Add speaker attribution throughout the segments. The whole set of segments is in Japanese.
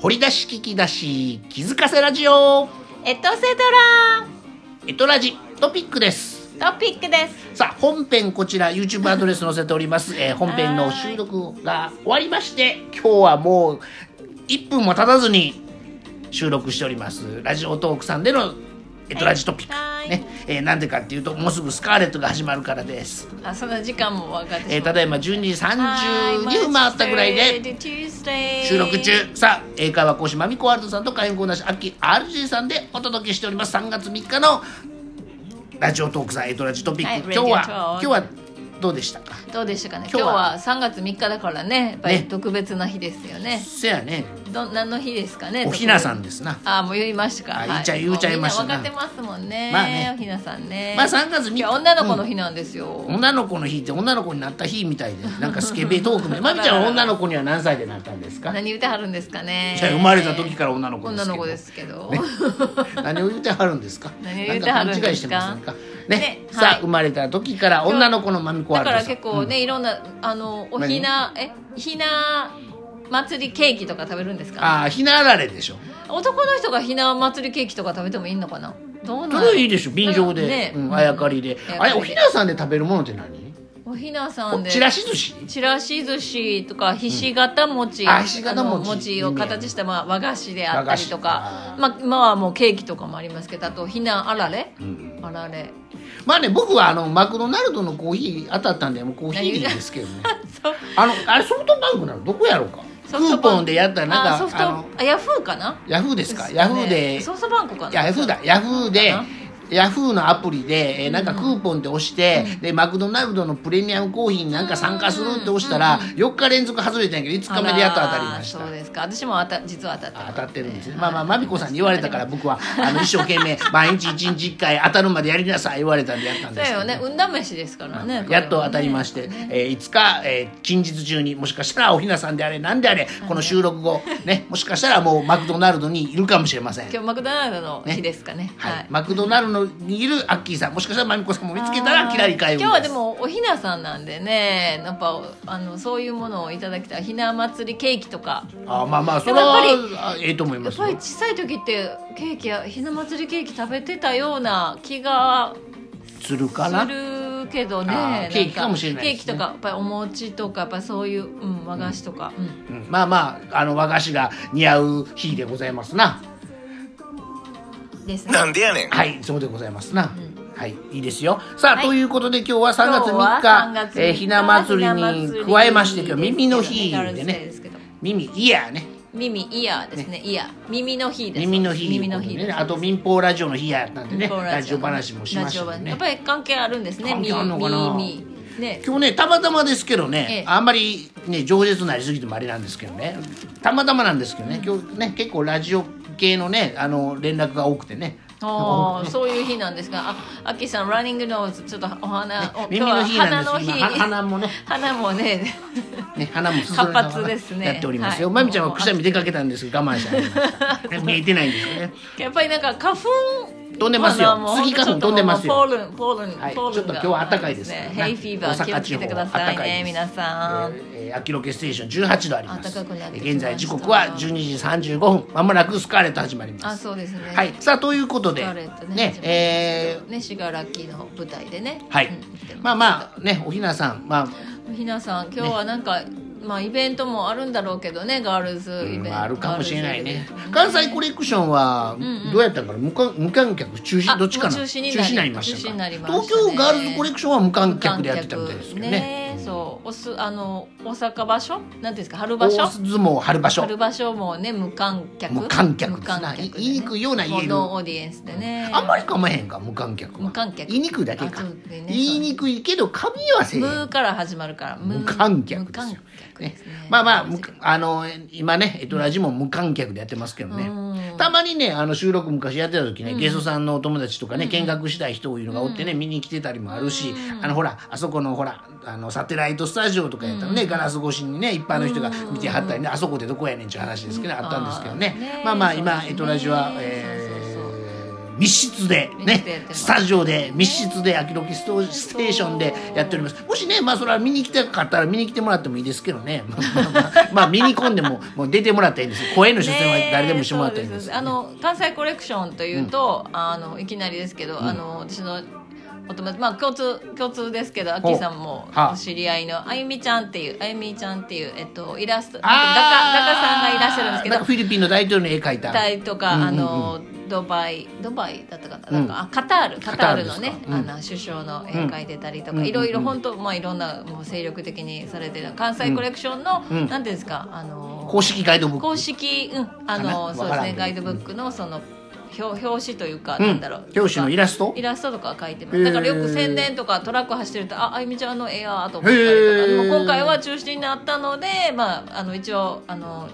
Speaker 1: 掘り出し聞き出し気づかせラジオ
Speaker 2: エトセ
Speaker 1: エトラジトピックです
Speaker 2: ドラトピックです
Speaker 1: さあ本編こちら YouTube アドレス載せており ます、えー本編の収録が終わりまして今日はもう1分も経たずに収録しておりますラジオトークさんでのエトラジトピック、
Speaker 2: はい
Speaker 1: ねえーなんでかっていうともうすぐスカーレットが始まるからです、
Speaker 2: あその時間も分かって
Speaker 1: えー
Speaker 2: ま
Speaker 1: た
Speaker 2: っ
Speaker 1: だいま12時30
Speaker 2: はい
Speaker 1: 分回ったぐらいで
Speaker 2: Monday, Tuesday
Speaker 1: 収録中さあ英会話講師まみこワールドさんと会員講なしアッキー RG さんでお届けしております3月3日のラジオトークさんエトラジトピック、
Speaker 2: はい
Speaker 1: 今日は
Speaker 2: ラジオ
Speaker 1: 今
Speaker 2: トーク
Speaker 1: 日はどうでしたか
Speaker 2: どうでしたかね
Speaker 1: 今
Speaker 2: 今
Speaker 1: 日
Speaker 2: 日
Speaker 1: は
Speaker 2: は3月3日だからねやっぱり
Speaker 1: ね
Speaker 2: 特別な日ですよね
Speaker 1: せやね
Speaker 2: ど何の日ですかね
Speaker 1: おひなさんですな
Speaker 2: あもう言いましたか
Speaker 1: あ言っちゃ言うちゃいましたな
Speaker 2: もうみんな分かってますもんね,、
Speaker 1: まあね
Speaker 2: おひなさんね
Speaker 1: まあ3月3日
Speaker 2: 今日女の子の日なんですよ、
Speaker 1: 女の子の日って女の子になった日みたいで なんかスケベトークみたいまみちゃんは女の子には何歳でなったんですか
Speaker 2: 何言ってはるんですかね
Speaker 1: じゃあ生まれた時から女の子ですけど
Speaker 2: 女の子ですけど、
Speaker 1: ね何を言ってはるんですか
Speaker 2: 何を言ってはる
Speaker 1: なん
Speaker 2: んですか
Speaker 1: 勘違いしてませんかね
Speaker 2: ね
Speaker 1: さあ、
Speaker 2: はい
Speaker 1: 生まれた時から女の子のまみこワール
Speaker 2: だ
Speaker 1: ド
Speaker 2: から
Speaker 1: さん
Speaker 2: 結構ね、いろんなあのおひなえひな祭りケーキとか食べるんですか
Speaker 1: ああひなあられでしょ
Speaker 2: 男の人がひな祭りケーキとか食べてもいいのかなどう
Speaker 1: そ
Speaker 2: な
Speaker 1: れ
Speaker 2: の
Speaker 1: いいでしょ便乗で、
Speaker 2: ね
Speaker 1: うん、あやかりで、
Speaker 2: うん
Speaker 1: あれおひなさんで食べるものって何
Speaker 2: おひなさんで
Speaker 1: ちらし寿司
Speaker 2: ちらし寿司とかひし形餅、
Speaker 1: うんあひし形餅
Speaker 2: あの餅を形した、まあ、和菓子であったりと
Speaker 1: 和菓
Speaker 2: か
Speaker 1: 子
Speaker 2: まあ、今はもうケーキとかもありますけどあとひなあられ、あ られ
Speaker 1: まあね僕はあのマクドナルドのコーヒー当たったんでもうコーヒーでいいですけどね
Speaker 2: そう
Speaker 1: あのあれソフトバンクなのどこやろうかク
Speaker 2: ソフト
Speaker 1: ー
Speaker 2: バ
Speaker 1: ポ
Speaker 2: ン
Speaker 1: ンでやったらなん
Speaker 2: あソフ
Speaker 1: か
Speaker 2: ト
Speaker 1: あ
Speaker 2: あ
Speaker 1: の
Speaker 2: ヤフーかな
Speaker 1: ヤフーですかヤフーで
Speaker 2: ねソフトバンクかな
Speaker 1: ヤフーだヤフーで
Speaker 2: かな
Speaker 1: ヤフーのアプリで、えーなんかクーポンって押して、でマクドナルドのプレミアムコーヒーになんか参加するって押したら、4日連続外れたんやけど5日目でやっと当たりました
Speaker 2: あらそうですか私もあた実は当たってます
Speaker 1: 当たってるんですね。まあまあ、まみこさんに言われたから、僕は、あの、一生懸 命、毎日一日一回当たるまでやりなさい、言われたんでやったん
Speaker 2: そ
Speaker 1: で
Speaker 2: う
Speaker 1: すけ
Speaker 2: よ
Speaker 1: ど、
Speaker 2: ね運試しですからね、
Speaker 1: やっと当たりま
Speaker 2: し
Speaker 1: して、えーいつか、えー近日中にもしかしたらおひなさんであれなんであれこの収録後ねもしかしたらもうマクドナルドにいるかもしれません、
Speaker 2: 今日マクドナルドの日ですかね
Speaker 1: はい
Speaker 2: はい
Speaker 1: マクドナルドにいるアッキーさんもしかしたらまみこさんも見つけたらキラリ会を
Speaker 2: 今日はでもおひなさんなんでねやっぱあのそういうものをいただきたいひな祭りケーキとか
Speaker 1: あーまあまあそれ
Speaker 2: でも
Speaker 1: はあええと思い
Speaker 2: や
Speaker 1: ま
Speaker 2: っ
Speaker 1: す
Speaker 2: ぱり
Speaker 1: よ
Speaker 2: 小さい時ってケーキやひな祭りケーキ食べてたような気が
Speaker 1: するかな
Speaker 2: するけど
Speaker 1: あ
Speaker 2: ね
Speaker 1: ーケーキかもしれないですね
Speaker 2: ケーキとかやっぱりお餅とかやっぱそういう、うん、和菓子とか、うん
Speaker 1: うんまあまああの和菓子が似合う日でございますな
Speaker 2: ですね。
Speaker 3: なんでやねん。
Speaker 1: はい、そうでございますな。はい、いいですよ。さあ、
Speaker 2: はい
Speaker 1: ということで今日は3月
Speaker 2: 今は
Speaker 1: 3日、
Speaker 2: 3月
Speaker 1: えーひな祭りに加えまして、今日耳の日
Speaker 2: ガール
Speaker 1: で
Speaker 2: ズデー
Speaker 1: ね
Speaker 2: で、すけど
Speaker 1: 耳、イヤーね、
Speaker 2: 耳イヤーですねイヤー耳の日です
Speaker 1: 耳の日
Speaker 2: 耳の日
Speaker 1: ね、あと民放ラジオの日やったんでね、
Speaker 2: 民放
Speaker 1: ラジオ話もしました
Speaker 2: ラ
Speaker 1: よ
Speaker 2: ジオ話や
Speaker 1: ね
Speaker 2: っ。ぱり関係あるんですね
Speaker 1: 関係あるのか な
Speaker 2: 耳耳ね
Speaker 1: 今日ね、たまたまですけどね、
Speaker 2: ええ
Speaker 1: あんまりね、饒舌になりすぎてもあれなんですけどね、たまたまなんですけどね、今日ね、結構ラジオ系のね、あの、連絡が多くてね、
Speaker 2: あーそういう日なんですがああきさんランニングノーズちょっとお花お
Speaker 1: 耳の日なんです
Speaker 2: 今
Speaker 1: よ。
Speaker 2: 日
Speaker 1: 今
Speaker 2: は
Speaker 1: は
Speaker 2: 花
Speaker 1: 鼻
Speaker 2: の日
Speaker 1: もね、
Speaker 2: 花もね
Speaker 1: ね、花もすすりながら
Speaker 2: 活発ですね
Speaker 1: やっておりますよ。
Speaker 2: はい
Speaker 1: まみちゃんはくしゃみ出かけたんですが我慢してありました。ね見えてないんですよね。
Speaker 2: やっぱりなんか花粉
Speaker 1: 飛んでますよ
Speaker 2: まあまあ
Speaker 1: スギ花粉飛んでますよ
Speaker 2: もうちょっともうポールンポールン、
Speaker 1: はい、ち
Speaker 2: ポ
Speaker 1: ょ
Speaker 2: ー
Speaker 1: っ
Speaker 2: ル
Speaker 1: と
Speaker 2: ン
Speaker 1: 今
Speaker 2: が
Speaker 1: 日は暖かいですから
Speaker 2: ヘイフィーバー気をつけてくださいね皆さん、
Speaker 1: ん。えー秋ロケステーション18度あります。
Speaker 2: 暖かくなってきました
Speaker 1: 現在時刻は12時35分。まもなくスカーレット始まります。
Speaker 2: あそうですね
Speaker 1: はい、さあということで
Speaker 2: スカーレットね
Speaker 1: ね、えー
Speaker 2: ね、しがらきの舞台でね。
Speaker 1: はい
Speaker 2: うん行って、
Speaker 1: まあ
Speaker 2: ま
Speaker 1: まあね、おひなさん、まあ
Speaker 2: すひなさん、今日はなんか、まあ、イベントもあるんだろうけどね、ガールズイベント。
Speaker 1: まああるかもしれないね
Speaker 2: ガールズイベントも。
Speaker 1: 関西コレクションはどうやったんかな、無観無観客中止
Speaker 2: あ
Speaker 1: どっちかな
Speaker 2: もう中止になり
Speaker 1: になりました
Speaker 2: 中止
Speaker 1: か
Speaker 2: になりましたね
Speaker 1: 東京ガールズコレクションは無観客でやってたみたいですけどね
Speaker 2: ねそう、おす、あの、大阪場所、なんていうんですか、春場
Speaker 1: 大
Speaker 2: 所。
Speaker 1: 相撲春場所
Speaker 2: 春場所もね、無観客。
Speaker 1: 無観客ですな
Speaker 2: 無観客でね
Speaker 1: 言いにくいような言える
Speaker 2: ノーオーディエンスでね。
Speaker 1: あんまりかまへんか無観客は
Speaker 2: 無観客
Speaker 1: 言いにくいだけか、
Speaker 2: あそうね
Speaker 1: 言いにくいけど髪はせえへ
Speaker 2: ム
Speaker 1: ん
Speaker 2: ーから始まるから。ムー
Speaker 1: 無観客ですよ
Speaker 2: 無観客
Speaker 1: ね
Speaker 2: ですね
Speaker 1: まあまあむあの今ねエトラジも無観客でやってますけどね、たまにねあの収録昔やってた時ね、ゲストさんのお友達とかね、見学したい人いうのがおってね、見に来てたりもあるし、あのほらあそこのほらあのサテライトスタジオとかやったらね、ガラス越しにね一般の人が見てはったりね、あそこってどこやねんっていう話ですけど、ねあったんですけどね
Speaker 2: うんあーね
Speaker 1: まあまあ
Speaker 2: そう
Speaker 1: 今、
Speaker 2: ですね
Speaker 1: エトラジは、
Speaker 2: そうそうそう
Speaker 1: えー密室で
Speaker 2: 密室で
Speaker 1: ね
Speaker 2: やってます
Speaker 1: スタジオで密室で「あきろきストステーション」でやっておりますもしねまあそれは見に来たかったら見に来てもらってもいいですけどねまあまあまあまあ見に込んでももう出てもらったらいいんです声の出演は誰でもしてもらったらいいんです,、
Speaker 2: ねえそうですあの関西コレクションというと、あのいきなりですけど、あの私のお友達まあ共通共通ですけどアッキーさんも
Speaker 1: はあ
Speaker 2: お知り合いのあゆみちゃんっていうあゆみちゃんっていうえっとイラスト画家画家さん
Speaker 1: あー
Speaker 2: がいらっしゃるんですけど
Speaker 1: なんかフィリピンの大統領の絵描いた
Speaker 2: タイとか、
Speaker 1: うんうんうん
Speaker 2: あのドバイドバイだったかな,、
Speaker 1: うん
Speaker 2: なんかあカタールカタールのね
Speaker 1: カタールですかうん
Speaker 2: あの首相の絵描いてたりとか、
Speaker 1: うん
Speaker 2: いろいろ
Speaker 1: うんうん
Speaker 2: 本当まあいろんなもう精力的にされてる関西コレクションの、
Speaker 1: うんうん
Speaker 2: なんていうんですかあの
Speaker 1: 公式ガイドブック
Speaker 2: 公式、うん、あ
Speaker 1: かな
Speaker 2: のそう
Speaker 1: わからんけ
Speaker 2: ですね
Speaker 1: ど
Speaker 2: ガイドブックのその表表紙というか、
Speaker 1: うん
Speaker 2: なんだろう
Speaker 1: 表紙のイラスト
Speaker 2: イラストとか書いてま
Speaker 1: へ
Speaker 2: す
Speaker 1: ー
Speaker 2: だからよく宣伝とかトラック走ってるとああゆみちゃんの絵やと思ったり
Speaker 1: へ
Speaker 2: とか
Speaker 1: ー
Speaker 2: でも今回は中止になったので、まあ、あの一応あの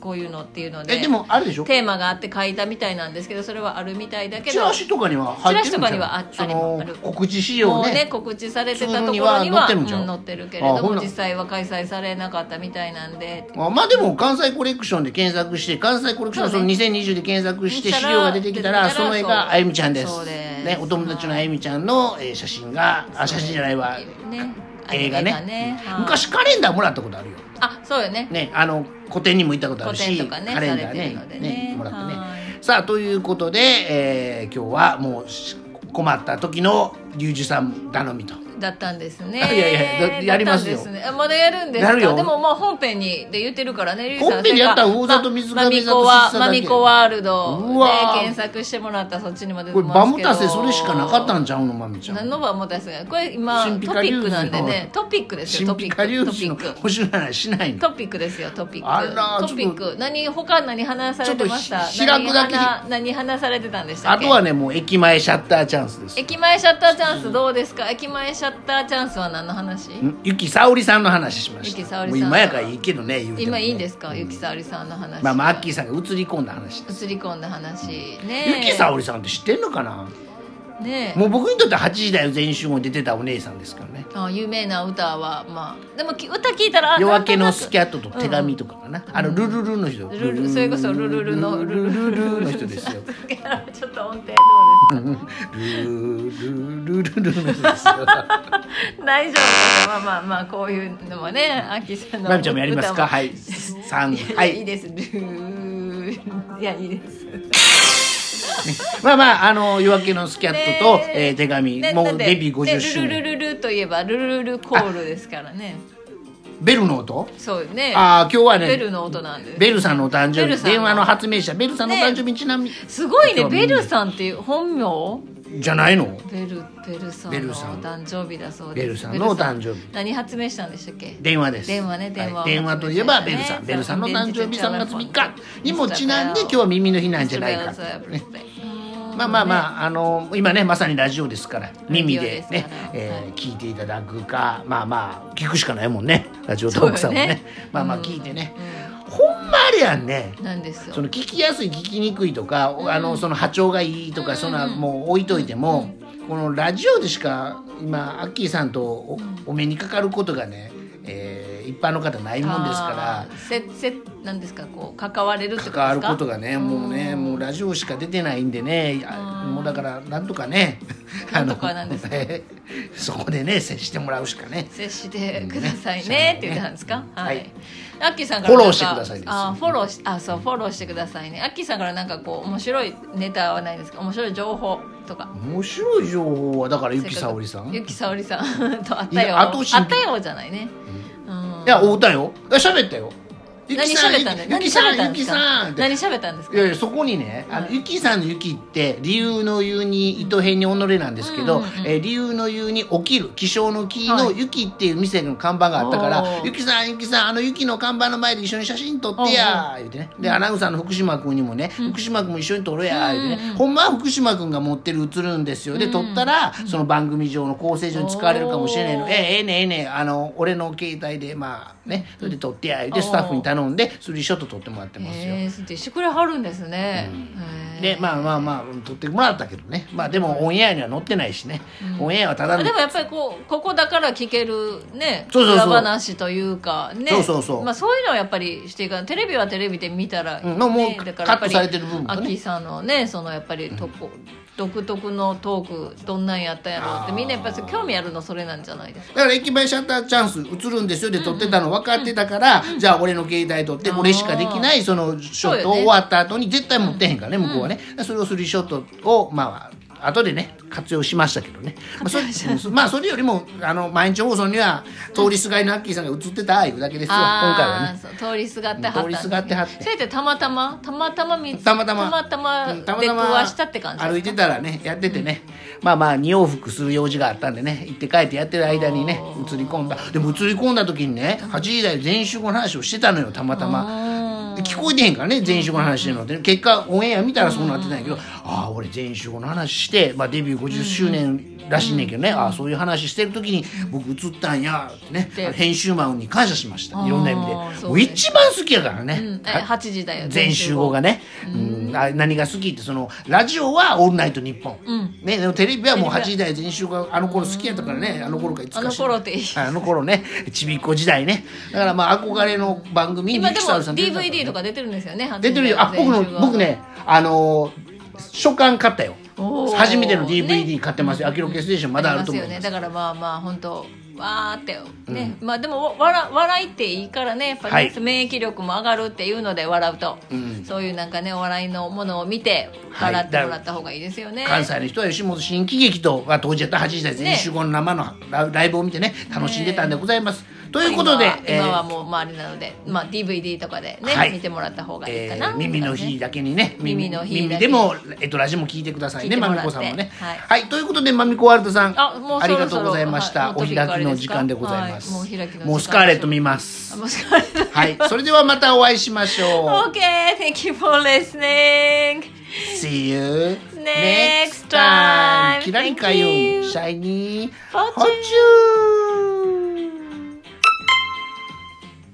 Speaker 2: こういうのっていうので
Speaker 1: えでもあるでしょ
Speaker 2: テーマがあって書いたみたいなんですけどそれはあるみたいだけ
Speaker 1: チ
Speaker 2: ど
Speaker 1: ラシとかには入ってるんちゃう
Speaker 2: チラシとかにはあ
Speaker 1: そ
Speaker 2: あり
Speaker 1: の
Speaker 2: ます
Speaker 1: 告知仕
Speaker 2: も
Speaker 1: 様
Speaker 2: う
Speaker 1: ね
Speaker 2: ね告知されてたところに
Speaker 1: 普通に
Speaker 2: は
Speaker 1: は載ってるんちゃう
Speaker 2: うん載ってるけれ
Speaker 1: あ
Speaker 2: ど
Speaker 1: ほ
Speaker 2: も
Speaker 1: な
Speaker 2: 実際は開催されなかったみたいなんで
Speaker 1: あまあでも関西コレクションで検索して関西コレクションそ
Speaker 2: そう
Speaker 1: の
Speaker 2: ね
Speaker 1: 2020で検索して
Speaker 2: 見た
Speaker 1: 資
Speaker 2: ら
Speaker 1: 料が出てきたら
Speaker 2: 出てき
Speaker 1: そ
Speaker 2: たら
Speaker 1: の絵
Speaker 2: そ
Speaker 1: が
Speaker 2: う
Speaker 1: あゆみちゃんです
Speaker 2: そうです
Speaker 1: ね、お友達のあゆみちゃんの、えー写真があ写真じゃないわ、
Speaker 2: ね
Speaker 1: 映画ね
Speaker 2: はい
Speaker 1: 昔カレンダーもらったことあるよ
Speaker 2: あそうよね
Speaker 1: ねあの個展にも行ったことあるし
Speaker 2: 個展とかね
Speaker 1: カレンダー
Speaker 2: されてるの
Speaker 1: ね
Speaker 2: でね
Speaker 1: ねもらってね
Speaker 2: はい
Speaker 1: さあということで、えー今日はもうし困った時のリュウジさん頼みと
Speaker 2: だったんですね。
Speaker 1: いやいやだやりますよ
Speaker 2: だったんですねあまだやるんです
Speaker 1: や
Speaker 2: か。
Speaker 1: るよ
Speaker 2: でもまあ本編にで言ってるからね。リュウジさん
Speaker 1: 本編でやったら大里水上
Speaker 2: マミコワ
Speaker 1: 里
Speaker 2: マミコワールド
Speaker 1: うわー
Speaker 2: で検索してもらったらそっちにも出て
Speaker 1: こ
Speaker 2: ます
Speaker 1: れ
Speaker 2: けど。
Speaker 1: バムタセそれしかなかった
Speaker 2: ん
Speaker 1: んちゃうのまみちゃん
Speaker 2: 何のバムタセがこれ今
Speaker 1: シ
Speaker 2: ト
Speaker 1: ン
Speaker 2: ピ
Speaker 1: ピカリュ
Speaker 2: ッ
Speaker 1: ウジ
Speaker 2: ク
Speaker 1: の
Speaker 2: なんでね。トピックです
Speaker 1: 新
Speaker 2: よ。トピ
Speaker 1: ピ
Speaker 2: ッ
Speaker 1: カリュ
Speaker 2: ク。
Speaker 1: ウ
Speaker 2: ト
Speaker 1: ジ
Speaker 2: ピ
Speaker 1: の
Speaker 2: ック。
Speaker 1: 補修ならしないの
Speaker 2: トピックですよトピ
Speaker 1: あ
Speaker 2: ッ
Speaker 1: ら
Speaker 2: クトピッ
Speaker 1: ちょっ
Speaker 2: ク何他何話されてました
Speaker 1: ちょっとひ開くだけ
Speaker 2: 何話何話されてたんでした
Speaker 1: あ
Speaker 2: っけ
Speaker 1: とはねもう駅前シャッターチャンスです
Speaker 2: 駅前シャッターチャンスどうですか駅前シャッターチャンスは何の話
Speaker 1: んゆきさおりさんの話しました
Speaker 2: ゆきさおり
Speaker 1: も
Speaker 2: さ
Speaker 1: うん今やからいいけどね言うてもね
Speaker 2: 今いいんですか、ゆきさおりさんの話
Speaker 1: まあまあアッキーさんが映り込んだ話です
Speaker 2: 映り込んだ話ね
Speaker 1: ゆきさおりさんって知ってんのかな
Speaker 2: ね
Speaker 1: もう僕にとっては8時台全集合に出てたお姉さんですからね
Speaker 2: あ有名な歌はまあでもき歌聞いたら
Speaker 1: 夜明けのスキ
Speaker 2: ャ
Speaker 1: ャットと手紙とかかな、あのルルルの人
Speaker 2: ルルそれこそルルルの
Speaker 1: ルルルの人ですよ
Speaker 2: ちょっと音程どうで
Speaker 1: ルルルルの人ですよ
Speaker 2: すか大丈夫ですまあまあまあこういうのもねあきさんの
Speaker 1: まみちゃんもやりますか
Speaker 2: 歌も
Speaker 1: はい三
Speaker 2: は、
Speaker 1: はい
Speaker 2: いい
Speaker 1: い
Speaker 2: ですルーいやいいです
Speaker 1: まあまああの夜明けのスキャットと、
Speaker 2: ね
Speaker 1: えー手紙
Speaker 2: ね
Speaker 1: も
Speaker 2: な
Speaker 1: うん
Speaker 2: で
Speaker 1: デビュー50周
Speaker 2: ね
Speaker 1: 年、
Speaker 2: ルルルルルといえばルルルルコールですからね
Speaker 1: ベルの音
Speaker 2: そうね
Speaker 1: ああ今日はね
Speaker 2: ベルの音なんです
Speaker 1: ベルさんのお誕生
Speaker 2: ベル
Speaker 1: 日
Speaker 2: さんの
Speaker 1: 電話の発明者ベルさんのお
Speaker 2: ね
Speaker 1: 誕生日にちなみ
Speaker 2: すごいね
Speaker 1: 今日は
Speaker 2: ベルさんっていう本名
Speaker 1: じゃないの
Speaker 2: ベルベルさん
Speaker 1: ベ
Speaker 2: の
Speaker 1: ルさん
Speaker 2: お誕生日だそうです
Speaker 1: ベルさんのお誕生日
Speaker 2: 何発明したんでしたっけ
Speaker 1: 電話です
Speaker 2: 電話ね電話
Speaker 1: はい電話といえばベルさん
Speaker 2: ね
Speaker 1: ベルさんの誕生日
Speaker 2: そう
Speaker 1: 3月3日にもちなんで今日は耳の日なんじゃないかっていうねまあまあ
Speaker 2: あ
Speaker 1: まあ、あの今ねまさにラジオですから耳
Speaker 2: ラジオ
Speaker 1: で
Speaker 2: ですから
Speaker 1: ね
Speaker 2: は
Speaker 1: え
Speaker 2: い
Speaker 1: ー聞いていただくかまあまあ聞くしかないもんねラジオトークさんもね
Speaker 2: そうよね
Speaker 1: まあまあ聞いてね、ほんまあれやんね
Speaker 2: なんですよ
Speaker 1: その聞きやすい聞きにくいとか、あのその波長がいいとか、そんなもう置いといても、このラジオでしか今アッキーさんとお,、目にかかることがね、えー一般の方ないもんですか
Speaker 2: あーせせなんですかこう関われるってことで
Speaker 1: ら
Speaker 2: すか
Speaker 1: 関わることがねもうねもうラジオしか出てないんでねあもうだからなんとかねあ
Speaker 2: なんとかなんです
Speaker 1: そこでね接してもらうしかね
Speaker 2: 接してくださいねって言ってたんですか、
Speaker 1: うん
Speaker 2: は
Speaker 1: はい
Speaker 2: いアッキーさんから
Speaker 1: フォ
Speaker 2: な
Speaker 1: ロー
Speaker 2: んか
Speaker 1: してくださいです
Speaker 2: あフォローしあそうフォローしてくださいねアッキーさんからなんかこう面白いネタはないですか面白い情報とか
Speaker 1: 面白い情報はだからゆきさおりさん
Speaker 2: ゆ
Speaker 1: い
Speaker 2: きさお りさんとあった
Speaker 1: い
Speaker 2: よ
Speaker 1: やあとしん
Speaker 2: あったよじゃないね、うん、
Speaker 1: や会うたよいや喋ったよゆ
Speaker 2: 何
Speaker 1: きさん
Speaker 2: 喋ったんで
Speaker 1: ゆ
Speaker 2: 何
Speaker 1: きさ
Speaker 2: 喋
Speaker 1: ん
Speaker 2: った
Speaker 1: ゆ
Speaker 2: んで
Speaker 1: き
Speaker 2: す
Speaker 1: さん
Speaker 2: か
Speaker 1: って
Speaker 2: 何喋ったんです
Speaker 1: い
Speaker 2: か
Speaker 1: やいやそこにね、あのゆきさんのゆきって理由の言うに糸編に己なんですけど、
Speaker 2: うんうんうん
Speaker 1: えー理由の言うに起きる気象の木の
Speaker 2: は
Speaker 1: ゆきっていう店の看板があったから、
Speaker 2: おー
Speaker 1: ゆきさんゆきさんあのゆきの看板の前で一緒に写真撮ってやー言うてねでアナウンサーの福島君にもね、福島君も一緒に撮ろやー言うてね、ほんまは福島君が持ってる写るんですよで撮ったら、その番組上の構成上に使われるかもしれないの
Speaker 2: お
Speaker 1: え
Speaker 2: ー
Speaker 1: えええねええねあの俺の携帯でまあねそれで撮ってやー言うてスタッフに頼頼んでスリーショット撮ってもらってますよ
Speaker 2: えー、してしてくれはるんですね、へー
Speaker 1: でまあまあまあ撮ってもらったけどねまあでもオンエアには載ってないしね、オンエアはただの
Speaker 2: でもやっぱりこうここだから聞けるね
Speaker 1: そうそうそう
Speaker 2: 裏話というかね
Speaker 1: そうそうそう
Speaker 2: まあ、そういうのはやっぱりしていかないテレビはテレビで見たら、
Speaker 1: うんもうもう
Speaker 2: ねだからやっぱり
Speaker 1: カットされてる部分もね
Speaker 2: アキさんのねそのやっぱりとこ、独特のトークどんなんやったんやろうってみんなやっぱり興味あるのそれなんじゃないですか
Speaker 1: だから駅前シャッターチャンス映るんですよで撮ってたの分かってたから、じゃあ俺の携帯撮って
Speaker 2: あー
Speaker 1: 俺しかできないそのショットを
Speaker 2: そうよね
Speaker 1: 終わった後に絶対持ってへんからね向こうはね、それをスリーショットをまあ後でね活用しましたけどね、まあ、そうんまあそれよりもあの毎日放送には通りすがりのアッキーさんが映ってたいうだけですよ今回は
Speaker 2: ああ
Speaker 1: ね
Speaker 2: ーそう通りすがってはったんです
Speaker 1: 通りすがってはって
Speaker 2: それってたまたまたまたま見つ
Speaker 1: たまたま
Speaker 2: たま
Speaker 1: う
Speaker 2: た
Speaker 1: ん
Speaker 2: ま出くわしたって感じ
Speaker 1: 歩い
Speaker 2: ですか
Speaker 1: てたらねやっててね、まあまあ二往復する用事があったんでね行って帰ってやってる間にね映り込んだでも映り込んだ時にね8時台全員集合の話をしてたのよたまたま。
Speaker 2: あ
Speaker 1: 聞こえてへんからね全員集合の話してるのって、結果オンエア見たらそうなってたんやけど、ああ俺全員集合の話して、まあ、デビュー50周年らしいねんけどね、ああそういう話してる時に僕映ったんやってね
Speaker 2: で
Speaker 1: 編集マンに感謝しましたいろんな意味で
Speaker 2: あーそう
Speaker 1: もう一番好きやからね、
Speaker 2: ーうんえ8時だよ
Speaker 1: 全集合がね、うん、あ何が好きってそのラジオは「オールナイトニッポン」ね、でもテレビはもう8時台全集合あの頃好きやったからねあの頃かいつか知らん
Speaker 2: あの頃っていい
Speaker 1: あの頃ねちびっこ時代ねだからまあ憧れの番組
Speaker 2: 今
Speaker 1: ミ
Speaker 2: で
Speaker 1: キ
Speaker 2: も
Speaker 1: サーさん出てたからね
Speaker 2: DVD とか出てるんですよね
Speaker 1: 出てるよあ僕の僕ねあのー初刊買ったよ
Speaker 2: おー
Speaker 1: 初めての DVD 買ってますよ「アキロケステーション」まだあると思
Speaker 2: あ
Speaker 1: う
Speaker 2: りますよねだからまあまあ本当わーってね、まあでも笑笑いっていいからねやっぱり、
Speaker 1: はい
Speaker 2: 免疫力も上がるっていうので笑うと、
Speaker 1: ん
Speaker 2: そういうなんかねお笑いのものを見て
Speaker 1: はい
Speaker 2: 笑ってもらった方がいいですよね、
Speaker 1: 関西の人は吉本新喜劇と、まあ、当時やった8時代全集合の生のラライブを見てね楽しんでたんでございます、ということで
Speaker 2: 今は
Speaker 1: えー
Speaker 2: 今はもう周りなので、まあ、DVD とかでね、
Speaker 1: はい
Speaker 2: 見てもらった方がいい
Speaker 1: え
Speaker 2: かな、
Speaker 1: ー耳の日だけにね
Speaker 2: 耳の日
Speaker 1: 耳
Speaker 2: だけ
Speaker 1: でも、えっと、ラジオも聞いてください
Speaker 2: 聞
Speaker 1: ね
Speaker 2: いて
Speaker 1: ま
Speaker 2: もらっ
Speaker 1: み
Speaker 2: て
Speaker 1: こさんもね
Speaker 2: はい
Speaker 1: はい、ということでまみこワールドさん
Speaker 2: あもうそろそろ
Speaker 1: りがとうございました、
Speaker 2: はい
Speaker 1: お
Speaker 2: もうトピ
Speaker 1: 開
Speaker 2: ックあ
Speaker 1: き
Speaker 2: れ
Speaker 1: の
Speaker 2: です
Speaker 1: 時
Speaker 2: か
Speaker 1: 間でございます、
Speaker 2: はいもう開きの時間
Speaker 1: もうスカーレット見ます
Speaker 2: あもしかしたら
Speaker 1: はいそれではまたお会いしましょ
Speaker 2: Okay, thank you for listening.
Speaker 1: う See you
Speaker 2: Next time.
Speaker 1: キラリカユ
Speaker 2: Thank you.
Speaker 1: ンシャイニー
Speaker 2: Fortune.
Speaker 1: チュー